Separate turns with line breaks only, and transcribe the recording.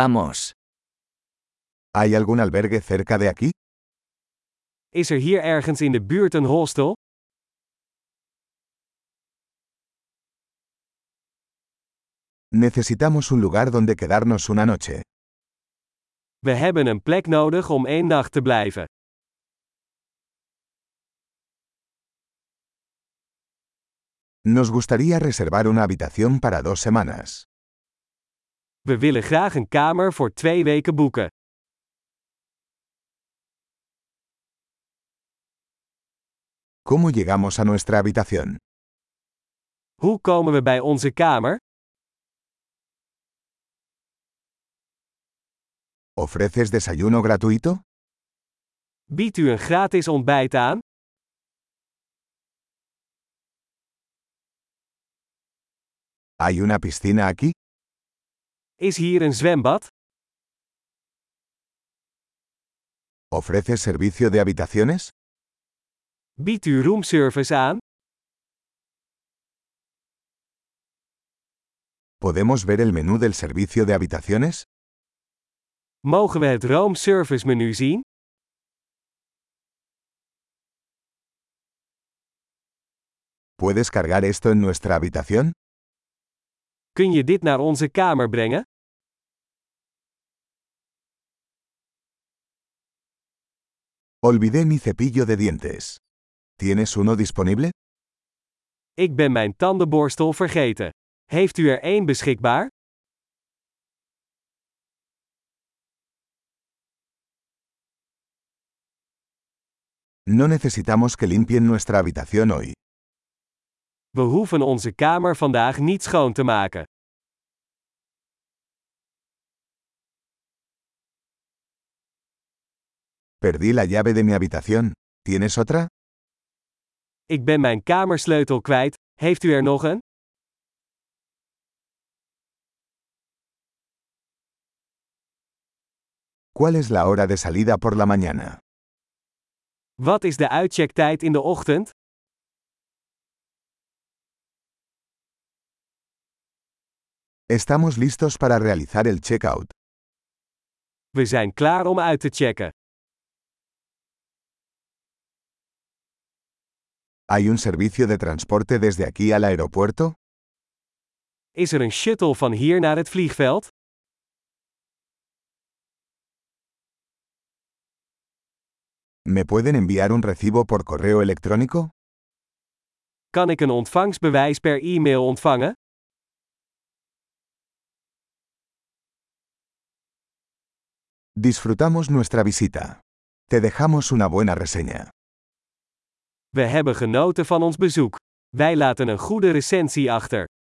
Vamos.
¿Hay algún albergue cerca de aquí?
Is er hier ergens in de buurt een hostel?
Necesitamos un lugar donde quedarnos una noche.
We hebben een plek nodig om één nacht te blijven.
Nos gustaría reservar una habitación para dos semanas.
We willen graag een kamer voor twee weken boeken.
¿Cómo llegamos a nuestra habitación?
Hoe komen we bij onze kamer?
¿Ofreces desayuno gratuito?
Biedt u een gratis ontbijt aan?
¿Hay una piscina aquí?
Is hier een zwembad?
¿Ofreces servicio de habitaciones?
Biedt u roomservice aan?
¿Podemos ver el menú del servicio de habitaciones?
Mogen we het roomservice menu zien?
¿Puedes cargar esto en nuestra habitación?
Kun je dit naar onze kamer brengen?
Olvidé mi cepillo de dientes. ¿Tienes uno disponible?
Ik ben mijn tandenborstel vergeten. Heeft u er één beschikbaar?
No necesitamos que limpien nuestra habitación hoy.
We hoeven onze kamer vandaag niet schoon te maken.
Perdí la llave de mi habitación. ¿Tienes otra?
Ik ben mijn kamersleutel kwijt. Heeft u er nog een?
¿Cuál es la hora de salida por la mañana?
Wat is de uitchecktijd in de ochtend?
Estamos listos para realizar el checkout.
We zijn klaar om uit te checken.
¿Hay un servicio de transporte desde aquí al aeropuerto?
Is er een shuttle van hier naar het vliegveld?
¿Me pueden enviar un recibo por correo electrónico?
Kan ik een ontvangstbewijs per e-mail ontvangen?
Disfrutamos nuestra visita. Te dejamos una buena reseña.
We hebben genoten van ons bezoek. Wij laten een goede recensie achter.